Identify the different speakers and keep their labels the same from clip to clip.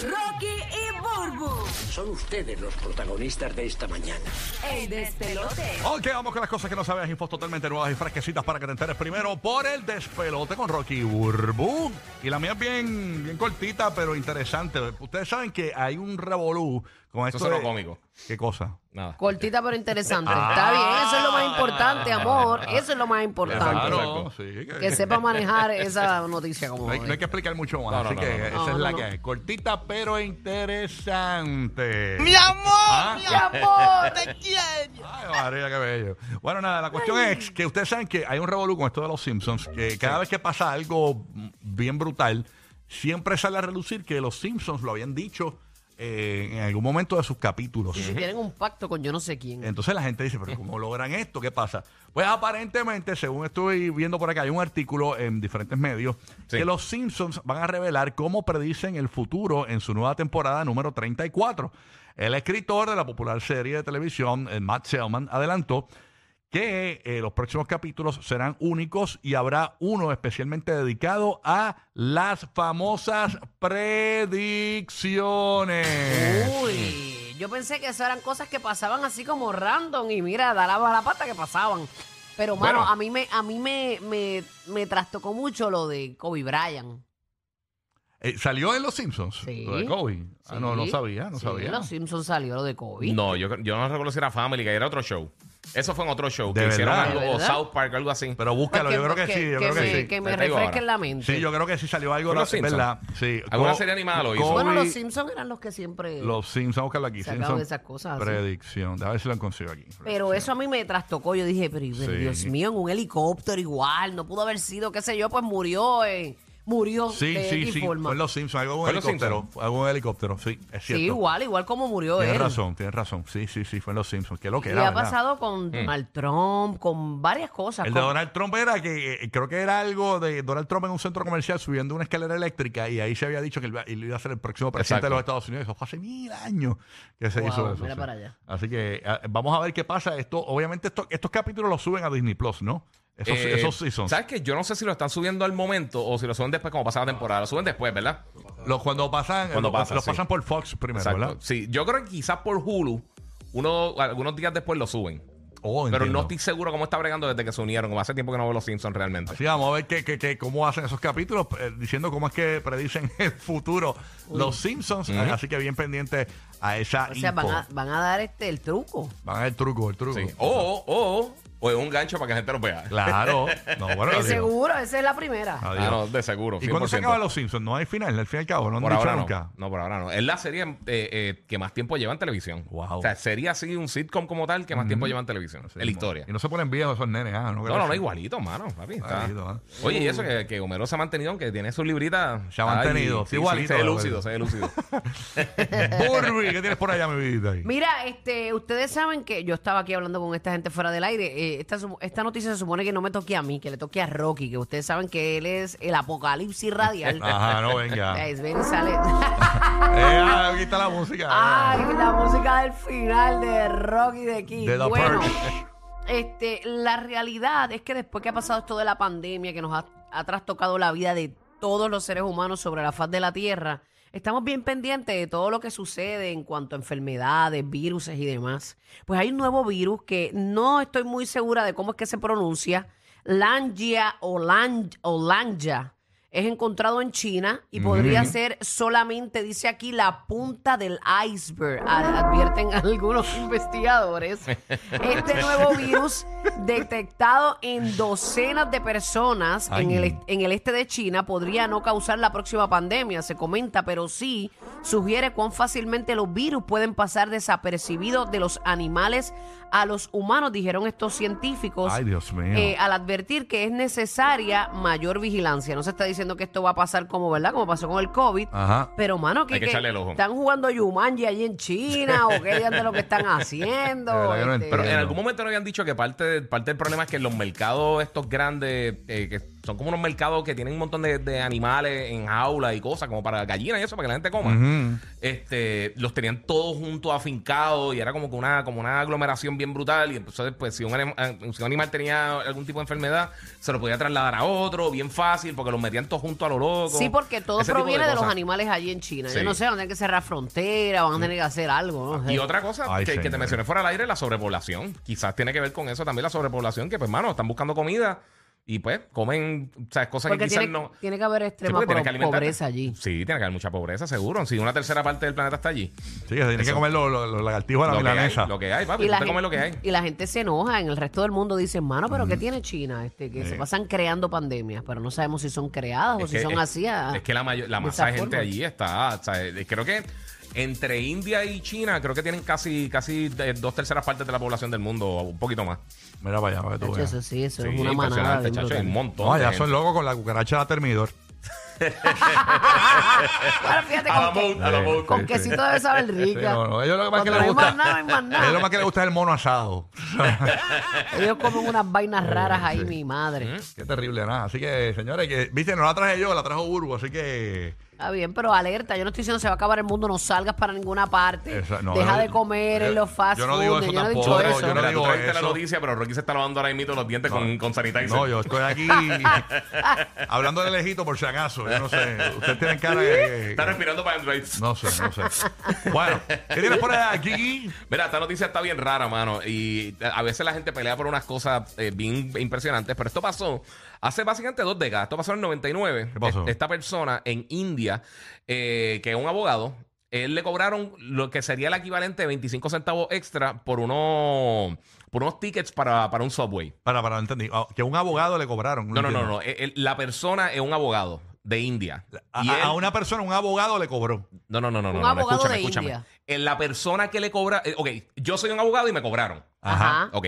Speaker 1: Rocky y Burbu.
Speaker 2: Son ustedes los protagonistas de esta mañana.
Speaker 1: El despelote.
Speaker 3: Ok, vamos con las cosas que no sabías, infos totalmente nuevas y fresquecitas para que te enteres primero por el despelote con Rocky Burbu. Y la mía es bien, bien cortita, pero interesante. Ustedes saben que hay un revolú con esto.
Speaker 4: sonó
Speaker 3: de-
Speaker 4: cómico.
Speaker 3: ¿Qué cosa?
Speaker 4: Nada.
Speaker 5: Cortita pero interesante.
Speaker 3: Ah.
Speaker 5: Está bien, eso es lo más importante, amor. Eso es lo más importante.
Speaker 3: Claro, sí,
Speaker 5: Que sepa manejar esa noticia como
Speaker 3: No hay, no hay que explicar mucho más,
Speaker 4: No, no,
Speaker 3: así
Speaker 4: no,
Speaker 3: que
Speaker 4: no, no.
Speaker 3: esa
Speaker 5: No,
Speaker 3: es
Speaker 5: no,
Speaker 3: la
Speaker 5: no.
Speaker 3: que hay. Cortita pero interesante. ¿Ah?
Speaker 6: amor, mi amor, te quiero.
Speaker 3: Ay, María, qué bello. Bueno, nada, la cuestión es que ustedes saben que hay un revolú con esto de los Simpsons, que cada vez que pasa algo mm, bien brutal, siempre sale a relucir que los Simpsons lo habían dicho eh, en algún momento de sus capítulos.
Speaker 5: Y si tienen un pacto con yo no sé quién.
Speaker 3: Entonces la gente dice, pero ¿cómo logran esto? ¿Qué pasa? Pues aparentemente, según estoy viendo por acá, hay un artículo en diferentes medios
Speaker 4: Sí.
Speaker 3: que los Simpsons van a revelar cómo predicen el futuro en su nueva temporada número 34. El escritor de la popular serie de televisión, eh, Matt Selman, adelantó que eh, los próximos capítulos serán únicos y habrá uno especialmente dedicado a las famosas
Speaker 5: ¡Uh!
Speaker 3: predicciones.
Speaker 5: Uy, yo pensé que eso eran cosas que pasaban así como random y mira, da la la pata que pasaban. Pero mano,
Speaker 4: Bueno.
Speaker 5: a mí me a mí me, me, me trastocó mucho lo de Kobe Bryant.
Speaker 3: Eh, ¿Salió en Los Simpsons?
Speaker 5: Sí.
Speaker 3: Lo de Kobe. Ah, no,
Speaker 5: Sí.
Speaker 3: no sabía, no
Speaker 5: Sí,
Speaker 3: sabía.
Speaker 5: en Los Simpsons salió lo de Kobe.
Speaker 4: No, yo, yo no recuerdo si era Family Guy, era otro show. Eso fue en otro show,
Speaker 3: ¿De
Speaker 4: que hicieron
Speaker 3: verdad?
Speaker 4: algo,
Speaker 5: ¿De
Speaker 4: o
Speaker 5: verdad?
Speaker 4: South Park, algo así.
Speaker 3: Pero búscalo, yo creo que, sí, yo creo que,
Speaker 5: me,
Speaker 3: sí.
Speaker 5: Pues que me
Speaker 4: Te traigo
Speaker 5: refresque
Speaker 4: ahora.
Speaker 5: la mente.
Speaker 3: Sí, yo creo que sí salió algo.
Speaker 4: Fue
Speaker 3: la-
Speaker 4: Los Simpsons.
Speaker 3: ¿Verdad? Sí.
Speaker 4: Alguna
Speaker 3: Co-
Speaker 4: serie animada lo hizo.
Speaker 3: Kobe-
Speaker 5: Bueno, los Simpsons eran los que siempre...
Speaker 3: Los Simpsons, vamos a buscarlo aquí.
Speaker 5: Sacado
Speaker 3: Simpsons
Speaker 5: de esas cosas, sí.
Speaker 3: Predicción. A ver si lo consigo aquí.
Speaker 5: Pero eso a mí me trastocó. Yo dije, pero pero,
Speaker 3: Sí.
Speaker 5: Dios mío, en un helicóptero igual, no pudo haber sido, qué sé yo, pues murió, eh, murió
Speaker 3: Sí,
Speaker 5: de
Speaker 3: sí,
Speaker 5: X
Speaker 3: sí.
Speaker 5: forma.
Speaker 3: Fue en Los Simpsons. Algo
Speaker 4: Fue
Speaker 3: en
Speaker 4: en Los
Speaker 3: helicóptero. Algo en helicóptero, sí. Es
Speaker 5: sí,
Speaker 3: cierto.
Speaker 5: igual, igual como murió
Speaker 3: Tienes
Speaker 5: él.
Speaker 3: razón, tienes razón. Sí, sí, sí. Fue en Los Simpsons. Que lo que
Speaker 5: Y
Speaker 3: era.
Speaker 5: ha
Speaker 3: ¿verdad? Mm.
Speaker 5: pasado con Donald Trump, con varias cosas.
Speaker 3: El de
Speaker 5: con-
Speaker 3: Donald Trump era que eh, creo que era algo de Donald Trump en un centro comercial subiendo una escalera eléctrica y ahí se había dicho que él iba, él iba a ser el próximo presidente
Speaker 4: Exacto.
Speaker 3: de los Estados Unidos. Eso fue hace mil años que se
Speaker 5: Wow,
Speaker 3: hizo eso.
Speaker 5: mira
Speaker 3: sí.
Speaker 5: para allá.
Speaker 3: Así que ah, vamos a ver qué pasa. Esto, obviamente, esto- estos capítulos los suben a Disney Plus, ¿no? Esos,
Speaker 4: Eh,
Speaker 3: esos seasons.
Speaker 4: ¿Sabes qué? Yo no sé si lo están subiendo al momento o si lo suben después, como pasa la temporada. Lo suben después, ¿verdad?
Speaker 3: Los cuando pasan,
Speaker 4: Cuando
Speaker 3: los,
Speaker 4: pasa,
Speaker 3: los
Speaker 4: sí.
Speaker 3: pasan por Fox primero,
Speaker 4: Exacto.
Speaker 3: ¿verdad?
Speaker 4: Sí, yo creo que quizás por Hulu, uno, algunos días después lo suben.
Speaker 3: Oh,
Speaker 4: Pero
Speaker 3: entiendo.
Speaker 4: no estoy seguro cómo está bregando desde que se unieron, como hace tiempo que no veo los Simpsons realmente.
Speaker 3: Sí, vamos a ver qué, qué- qué- cómo hacen esos capítulos, eh, diciendo cómo es que predicen el futuro los Simpsons.
Speaker 4: Ujú.
Speaker 3: Así que bien pendiente a esa
Speaker 5: o sea, van
Speaker 3: info.
Speaker 5: a, van a dar este el truco.
Speaker 3: Van a ver el truco, el truco. Oh,
Speaker 4: Sí. O, o, o es un gancho para que la gente lo vea.
Speaker 3: Claro. No, bueno,
Speaker 5: De
Speaker 3: adiós.
Speaker 5: seguro, esa es la primera.
Speaker 3: Adiós.
Speaker 4: Ah, no, de seguro.
Speaker 3: ¿Y cuándo se
Speaker 4: 100%.
Speaker 3: acaban los Simpsons? No hay final, al fin y al cabo. No han
Speaker 4: Por
Speaker 3: dicho
Speaker 4: ahora
Speaker 3: nunca.
Speaker 4: no. No, por ahora no. Es la serie eh, eh, que más tiempo lleva en televisión.
Speaker 3: Wow.
Speaker 4: O sea, sería así un sitcom como tal que más tiempo lleva en televisión.
Speaker 3: Así
Speaker 4: es la
Speaker 3: mismo.
Speaker 4: historia.
Speaker 3: Y no se ponen viejos esos nenes. Ah, no,
Speaker 4: No, no, no,
Speaker 3: gracias.
Speaker 4: igualito, mano. Papi, está-
Speaker 3: Igualito, ¿eh?
Speaker 4: Oye, y eso que, que Homero se ha mantenido, aunque tiene sus libritas.
Speaker 3: Se ha mantenido,
Speaker 4: Sí,
Speaker 3: igualito,
Speaker 4: sí, se ve
Speaker 3: de
Speaker 4: lúcido,
Speaker 3: acuerdo.
Speaker 4: se ve lúcido.
Speaker 3: Burby, ¿qué tienes por allá, mi vidita? ahí?
Speaker 5: Mira, este, ustedes saben que yo estaba aquí hablando con esta gente fuera del aire. eh, esta, su- esta noticia se supone que no me toque a mí, que le toque a Rocky, que ustedes saben que él es el apocalipsis radial.
Speaker 3: Ajá, no, venga.
Speaker 5: Ay, ven y sale.
Speaker 3: Eh, ah, aquí está la música.
Speaker 5: Ay, la música del final de Rocky de King.
Speaker 3: De The
Speaker 5: bueno,
Speaker 3: Purge.
Speaker 5: este, la realidad es que después que ha pasado esto de la pandemia, que nos ha, ha trastocado la vida de todos los seres humanos sobre la faz de la tierra, estamos bien pendientes de todo lo que sucede en cuanto a enfermedades, virus y demás. Pues hay un nuevo virus que no estoy muy segura de cómo es que se pronuncia, Langia o Lan- o Langia. Es encontrado en China y podría ser solamente, dice aquí, la punta del iceberg, a- advierten algunos investigadores. Este nuevo virus detectado en docenas de personas en
Speaker 3: Ay.
Speaker 5: el, est- en el este de China podría no causar la próxima pandemia, se comenta, pero sí sugiere cuán fácilmente los virus pueden pasar desapercibidos de los animales a los humanos, dijeron estos científicos.
Speaker 3: Ay, Dios mío.
Speaker 5: eh, al advertir que es necesaria mayor vigilancia. No se está diciendo que esto va a pasar como, ¿verdad? Como pasó con el COVID.
Speaker 3: Ajá.
Speaker 5: Pero, mano, que,
Speaker 4: que echarle el ojo.
Speaker 5: están jugando Yumanji allí en China o qué diantre lo que están haciendo.
Speaker 3: De verdad
Speaker 5: este,
Speaker 3: que no entiendo.
Speaker 4: Pero en
Speaker 3: Entiendo.
Speaker 4: algún momento no habían dicho que parte, de- parte del problema es que en los mercados estos grandes eh, que Son como unos mercados que tienen un montón de, de animales en jaula y cosas, como para gallinas y eso, para que la gente coma.
Speaker 3: Ujú.
Speaker 4: Este, los tenían todos juntos afincados y era como que una, como una aglomeración bien brutal. Y entonces, pues, si un, anim- eh, si un animal tenía algún tipo de enfermedad, se lo podía trasladar a otro, bien fácil, porque los metían todos juntos a lo loco.
Speaker 5: Sí, porque todo
Speaker 4: Ese tipo
Speaker 5: proviene de, los
Speaker 4: cosas.
Speaker 5: animales allí en China. Yo
Speaker 4: Sí.
Speaker 5: no sé, van a tener que cerrar fronteras, van a tener que hacer algo. ¿no?
Speaker 4: Y
Speaker 5: Sí.
Speaker 4: otra cosa
Speaker 3: Ay,
Speaker 4: que, que
Speaker 3: señor.
Speaker 4: te mencioné fuera del aire, la sobrepoblación. Quizás tiene que ver con eso también, la sobrepoblación, que pues, mano, están buscando comida y pues comen, sabes, cosas
Speaker 5: Porque
Speaker 4: que quizás
Speaker 5: tiene,
Speaker 4: no.
Speaker 5: tiene que haber
Speaker 4: Sí,
Speaker 5: extrema
Speaker 4: porque tiene que
Speaker 5: po-
Speaker 4: alimentarte.
Speaker 5: pobreza allí.
Speaker 4: Sí, tiene que haber mucha pobreza, seguro. Si una tercera parte del planeta está allí.
Speaker 3: Sí, que se tiene que
Speaker 4: Eso.
Speaker 3: comer los los- los lagartijos a la
Speaker 4: lo, que hay,
Speaker 3: milanesa.
Speaker 4: lo que hay, papi.
Speaker 5: la
Speaker 4: Tú te
Speaker 5: gen-
Speaker 4: comes lo que hay.
Speaker 5: y la gente se enoja. En el resto del mundo dicen, mano, pero ¿qué tiene China? Este, que se pasan creando pandemias, pero no sabemos si son creadas o
Speaker 4: Es
Speaker 5: si
Speaker 4: que-
Speaker 5: son
Speaker 4: es-
Speaker 5: así. a-
Speaker 4: Es que la, mayor- la
Speaker 5: de
Speaker 4: masa
Speaker 5: esa
Speaker 4: de gente
Speaker 5: forma.
Speaker 4: allí está. o sea, eh, creo que entre India y China, creo que tienen casi, casi eh, dos terceras partes de la población del mundo, o un poquito más.
Speaker 3: Mira para allá, para que tú
Speaker 5: Chacho,
Speaker 3: veas.
Speaker 5: eso sí, eso
Speaker 4: Sí,
Speaker 5: es una manada.
Speaker 4: impresionante,
Speaker 5: bien
Speaker 4: chacho.
Speaker 5: brutal.
Speaker 4: Hay un montón.
Speaker 3: No,
Speaker 4: de
Speaker 3: ya
Speaker 4: gente.
Speaker 3: son locos con la cucaracha de Termidor.
Speaker 5: Ahora fíjate
Speaker 4: A la
Speaker 5: con, que-
Speaker 4: mode, a la
Speaker 3: Sí.
Speaker 4: mode.
Speaker 5: con quesito debe saber rica.
Speaker 3: Sí, no, no, ellos lo que más que
Speaker 5: Cuando
Speaker 3: les
Speaker 5: no hay
Speaker 3: gusta.
Speaker 5: más nada, no hay más nada.
Speaker 3: ellos lo más que les gusta es el mono asado.
Speaker 5: Ellos comen unas vainas raras ahí, mi madre.
Speaker 3: Qué terrible, nada. Así que, señores, que, viste, no la traje yo, la trajo Burgo, así que.
Speaker 5: Está bien, pero alerta. Yo no estoy diciendo se va a acabar el mundo, no salgas para ninguna parte.
Speaker 3: Esa- no,
Speaker 5: Deja
Speaker 3: yo-
Speaker 5: de comer
Speaker 3: yo-
Speaker 5: en los fast
Speaker 3: yo no digo
Speaker 5: food.
Speaker 3: eso
Speaker 5: Yo no he dicho
Speaker 3: tampoco,
Speaker 5: eso.
Speaker 3: yo no
Speaker 4: Mira, tú
Speaker 3: digo
Speaker 4: trajiste la
Speaker 3: eso.
Speaker 4: noticia, pero Rocky se está lavando ahora mismo los dientes con, con sanitizer.
Speaker 3: No, yo estoy aquí hablando de lejito por si acaso. Yo no sé. Ustedes tienen cara de.
Speaker 4: Está respirando para Android.
Speaker 3: No sé, no sé. Bueno, ¿qué tienes por allá, Kiki?
Speaker 4: Mira, esta noticia está bien rara, mano. Y a veces la gente pelea por unas cosas eh, bien impresionantes. Pero esto pasó hace básicamente dos décadas. Esto pasó en el 99.
Speaker 3: ¿Qué pasó?
Speaker 4: Es- E-, Esta persona en India, eh, que es un abogado, él le cobraron lo que sería el equivalente de 25 centavos extra por, uno, por unos tickets para, para un subway.
Speaker 3: Para, para, no entendí. Ah, que a un abogado le cobraron.
Speaker 4: No, no, no,
Speaker 3: entiendo.
Speaker 4: no. e-, El- el- la persona es un abogado de India.
Speaker 3: A,
Speaker 4: Y
Speaker 3: a-
Speaker 4: él-
Speaker 3: a una persona, un abogado le cobró.
Speaker 4: No, no, no, no.
Speaker 5: Un
Speaker 4: no, no,
Speaker 5: abogado
Speaker 4: escúchame,
Speaker 5: de
Speaker 4: escúchame.
Speaker 5: India.
Speaker 4: Eh, La persona que le cobra. eh, ok, yo soy un abogado y me cobraron.
Speaker 5: Ajá.
Speaker 3: Ah.
Speaker 4: Ok.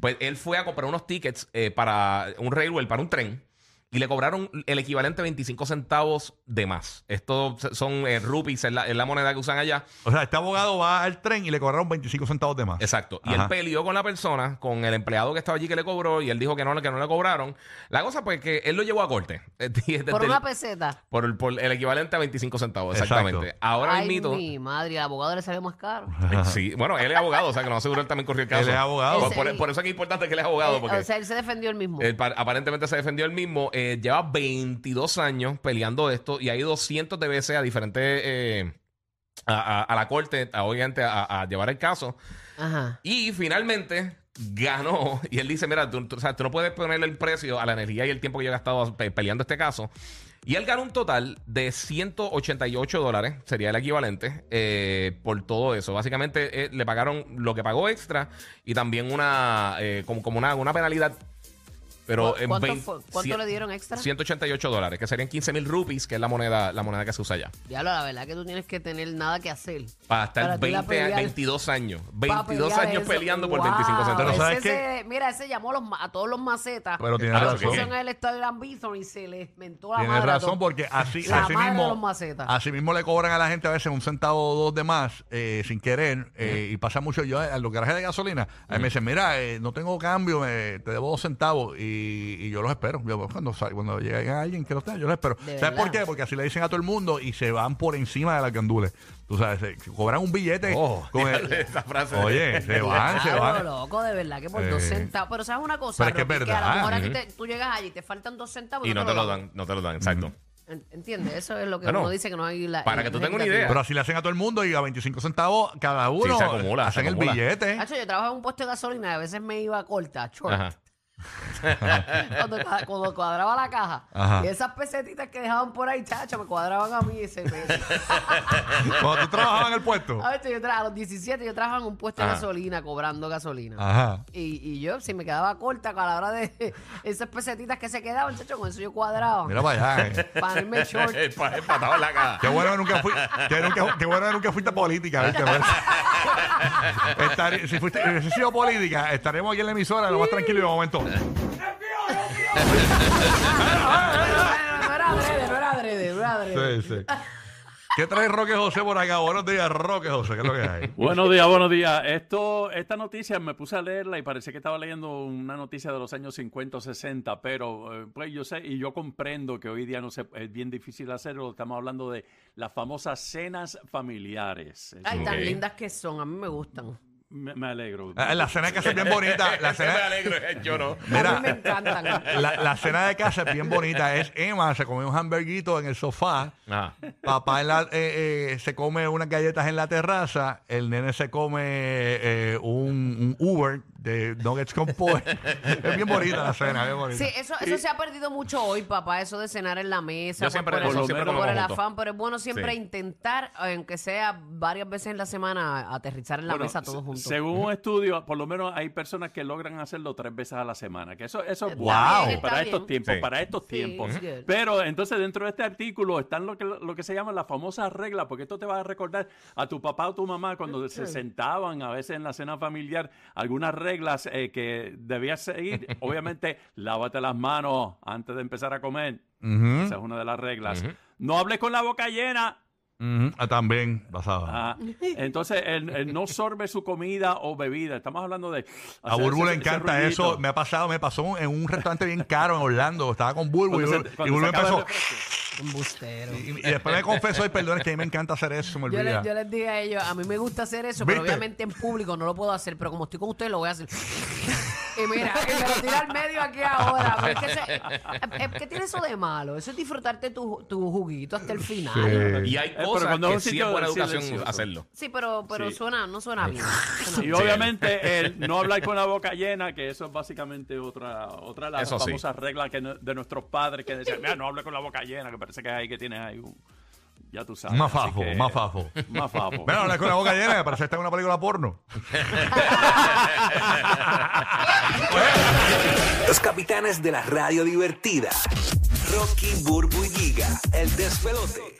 Speaker 4: Pues él fue a comprar unos tickets eh, para un railway, para un tren, y le cobraron el equivalente a 25 centavos de más. Esto son eh, rupees, es la, es la moneda que usan allá.
Speaker 3: O sea, este abogado va al tren y le cobraron 25 centavos de más.
Speaker 4: Exacto. Y
Speaker 3: Ajá.
Speaker 4: él peleó con la persona, con el empleado que estaba allí que le cobró, y él dijo que no, que no le cobraron. La cosa, pues, que él lo llevó a corte. Desde
Speaker 5: Por
Speaker 4: el-
Speaker 5: una peseta.
Speaker 4: por, el- por el equivalente a 25 centavos,
Speaker 3: Exacto.
Speaker 4: exactamente. Ahora
Speaker 5: Ay,
Speaker 4: mismito-
Speaker 5: mi madre, al abogado le salió más caro.
Speaker 4: Eh, Sí, bueno, él es abogado, o sea que no seguro él también corrió el caso.
Speaker 3: Él es abogado.
Speaker 4: Por, Pues por- por eso es que es importante que él es abogado,
Speaker 5: Eh,
Speaker 4: porque
Speaker 5: o sea, él se defendió él mismo.
Speaker 4: él pa- aparentemente se defendió él mismo. Eh, lleva 22 años peleando esto y ha ido cientos de veces a diferentes. eh, a, a- a la corte, a, obviamente, a, a llevar el caso.
Speaker 5: Ajá.
Speaker 4: Y finalmente ganó. Y él dice: Mira, tú, tú- o sea, tú no puedes ponerle el precio a la energía y el tiempo que yo he gastado pe- peleando este caso. Y él ganó un total de 188 dólares, sería el equivalente, eh, por todo eso. Básicamente eh, le pagaron lo que pagó extra y también una eh, como, como una, una penalidad. Pero
Speaker 5: ¿Cu-
Speaker 4: en
Speaker 5: ¿Cuánto,
Speaker 4: 20
Speaker 5: fue- cuánto
Speaker 4: cien-
Speaker 5: le dieron extra?
Speaker 4: 188 dólares, que serían 15 mil rupees, que es la moneda, la moneda que se usa allá.
Speaker 5: Diablo, la verdad que tú tienes que tener nada que hacer.
Speaker 4: Para estar
Speaker 5: Para tú ir a
Speaker 4: 20 a-
Speaker 5: pelear-
Speaker 4: 22 años.
Speaker 5: pa'
Speaker 4: 22
Speaker 5: pelear
Speaker 4: años
Speaker 5: eso.
Speaker 4: peleando por
Speaker 5: Wow,
Speaker 4: 25 centavos.
Speaker 3: Pero ¿sabes
Speaker 5: ese
Speaker 3: qué?
Speaker 5: se- mira, ese llamó a, los ma- a todos los macetas.
Speaker 3: Pero tiene
Speaker 4: Ah,
Speaker 5: Se
Speaker 4: eso
Speaker 3: razón.
Speaker 5: puso
Speaker 4: ¿qué?
Speaker 5: en el estadio de Ambison y se le mentó la
Speaker 3: Tienes
Speaker 5: madre. a
Speaker 3: razón,
Speaker 5: todos.
Speaker 3: porque así,
Speaker 5: La
Speaker 3: así
Speaker 5: madre de
Speaker 3: mismo,
Speaker 5: los macetas.
Speaker 3: así mismo le cobran a la gente a veces un centavo o dos de más eh, sin querer eh, y pasa mucho. Yo eh, a los garajes de gasolina, a mí me dicen, mira, eh, no tengo cambio, eh, te debo dos centavos y, y yo los espero. Yo, bueno, cuando, sal- cuando llegue alguien que los tenga, yo los espero.
Speaker 5: De
Speaker 3: ¿Sabes
Speaker 5: verdad.
Speaker 3: por qué? Porque así le dicen a todo el mundo y se van por encima de las gandules. Tú sabes, se- se cobran un billete.
Speaker 4: Oh,
Speaker 3: con el-
Speaker 4: esa frase.
Speaker 3: oye, se van, se
Speaker 5: Claro,
Speaker 3: van.
Speaker 5: loco, de verdad que por dos
Speaker 3: Eh.
Speaker 5: centavos. Pero sabes una cosa,
Speaker 3: Pero es que es
Speaker 5: Rocky, a
Speaker 3: verdad.
Speaker 5: lo mejor aquí te- tú llegas allí y te faltan dos centavos
Speaker 4: Y no te lo dan, no te lo dan, exacto.
Speaker 5: En- ¿Entiendes? Eso
Speaker 3: Ah,
Speaker 5: es lo que
Speaker 4: Bueno,
Speaker 5: uno dice que no hay la.
Speaker 4: para que tú tengas una idea.
Speaker 3: Pero así le hacen a todo el mundo y a 25 centavos cada uno
Speaker 4: Sí, se acumula, se
Speaker 3: hacen
Speaker 4: acumula.
Speaker 3: el billete.
Speaker 5: Hacho, yo trabajaba en un puesto de gasolina y a veces me iba corta, short.
Speaker 4: Ajá.
Speaker 5: Cuando, ca- cuando cuadraba la caja.
Speaker 3: Ajá.
Speaker 5: Y esas pesetitas que dejaban por ahí, chacho, me cuadraban a mí ese mes.
Speaker 3: Cuando tú trabajabas en el puesto.
Speaker 5: A, veces yo tra- a los 17 yo trabajaba en un puesto de
Speaker 3: Ah.
Speaker 4: Ajá.
Speaker 5: gasolina, cobrando gasolina.
Speaker 3: Ajá.
Speaker 5: Y, y yo, si me quedaba corta a la hora de esas pesetitas que se quedaban, chacho, con eso yo cuadraba.
Speaker 3: Mira para allá. eh.
Speaker 5: Para irme short.
Speaker 4: El pa- el patado en la cara.
Speaker 3: Qué bueno que nunca, fui, que nunca, qué bueno que nunca fuiste política. ¿viste? Estar- si fuiste, hubiese sido política, estaremos aquí en la emisora lo más tranquilo y de momento.
Speaker 5: no era adrede, no era adrede, no era adrede.
Speaker 3: Sí, sí. ¿Qué trae Roque José por acá? Buenos días, Roque José. ¿Qué es lo que hay?
Speaker 7: Buenos días, buenos días. Esto, esta noticia me puse a leerla y parecía que estaba leyendo una noticia de los años 50 o 60, pero eh, pues yo sé y yo comprendo que hoy día no se, es bien difícil hacerlo. Estamos hablando de las famosas cenas familiares. Eso
Speaker 5: Ay, tan
Speaker 4: Ok.
Speaker 5: lindas que son, a mí me gustan.
Speaker 7: me, me alegro.
Speaker 3: Ah, La cena de casa es bien bonita. La
Speaker 4: me
Speaker 3: cena,
Speaker 4: alegro, yo no.
Speaker 5: a
Speaker 3: mira,
Speaker 5: mí me encantan.
Speaker 3: la, la cena de casa es bien bonita. Es Emma, se comió un hamburguito en el sofá.
Speaker 4: Ajá.
Speaker 3: Papá en la- eh, eh, se come unas galletas en la terraza, el nene se come eh, un, un Uber de nuggets con pollo. es bien bonita la cena, bien bonita.
Speaker 5: Sí, eso, eso se ha perdido mucho hoy, papá, eso de cenar en la mesa,
Speaker 4: Yo
Speaker 5: pues,
Speaker 4: siempre-
Speaker 5: por,
Speaker 7: eso
Speaker 5: el-
Speaker 7: siempre
Speaker 5: por
Speaker 7: lo
Speaker 5: el
Speaker 4: como junto.
Speaker 5: afán, pero es bueno siempre
Speaker 4: Sí.
Speaker 5: intentar, aunque sea varias veces en la semana, aterrizar en la
Speaker 7: Bueno,
Speaker 5: mesa
Speaker 7: se-
Speaker 5: todos juntos.
Speaker 7: Según un estudio, por lo menos hay personas que logran hacerlo tres veces a la semana, que eso, eso es
Speaker 5: Está
Speaker 7: bueno
Speaker 3: bien,
Speaker 7: para
Speaker 5: está
Speaker 7: estos
Speaker 5: bien.
Speaker 7: tiempos,
Speaker 4: Sí.
Speaker 7: para estos
Speaker 5: Sí,
Speaker 7: tiempos.
Speaker 5: it's good.
Speaker 7: Pero entonces dentro de este artículo están lo que, lo que se llama las famosas reglas, porque esto te va a recordar a tu papá o tu mamá cuando se sentaban a veces en la cena familiar, algunas reglas eh, que debías seguir. Obviamente, lávate las manos antes de empezar a comer.
Speaker 3: Ujú,
Speaker 7: Esa es una de las reglas. No hables con la boca llena.
Speaker 3: ujú. Ah, también pasaba.
Speaker 7: Ah, entonces, el, el no sorbe su comida o bebida. Estamos hablando de.
Speaker 3: A Burbu le encanta eso. Me
Speaker 7: Me
Speaker 3: ha pasado, me pasó en un restaurante bien caro en Orlando. Estaba con Burbu y, Burbu- y Burbu empezó.
Speaker 5: Embustero.
Speaker 3: Y, y después me confesó, ay, perdón, es que a mí me encanta hacer eso, se me
Speaker 5: Yo,
Speaker 3: olvida.
Speaker 5: les, yo les dije a ellos, a mí me gusta hacer eso, pero
Speaker 3: ¿Viste?
Speaker 5: obviamente en público no lo puedo hacer, pero como estoy con ustedes lo voy a hacer. Y mira, y me lo tira al medio aquí ahora. pero es que eso- eh, eh, ¿Qué tiene eso de malo? Eso es disfrutarte tu, tu juguito hasta el final. Sí,
Speaker 3: Sí.
Speaker 4: Y hay
Speaker 7: Eh, pero
Speaker 4: cosas
Speaker 7: cuando es
Speaker 4: que
Speaker 7: un
Speaker 4: sí
Speaker 7: sitio
Speaker 4: es buena educación
Speaker 7: silencioso.
Speaker 4: hacerlo.
Speaker 5: pero, pero
Speaker 7: Sí.
Speaker 5: suena, no suena bien. Suena
Speaker 7: Y
Speaker 5: bien.
Speaker 7: obviamente el no hablar con la boca llena, que eso es básicamente otra, otra de las
Speaker 4: Eso sí.
Speaker 7: famosas reglas que no- de nuestros padres que decían, mira, no hables con la boca llena, que parece que ahí que tienes ahí un... Ya tú sabes.
Speaker 3: Más
Speaker 7: así
Speaker 3: fafo,
Speaker 7: que-
Speaker 3: más fafo.
Speaker 7: Más fafo.
Speaker 3: Bueno, hablar con la boca llena, parece estar en una película porno.
Speaker 2: Los capitanes de la radio divertida. Rocky, Burbu y Giga. El despelote.